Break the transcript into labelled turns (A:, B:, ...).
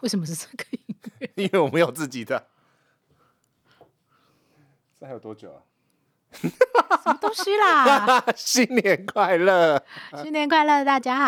A: 为什么是这个 音乐？
B: 因为我们有自己的。这还有多久啊？啊
A: 什么东西啦？
B: 新年快乐！
A: 新年快乐，大家！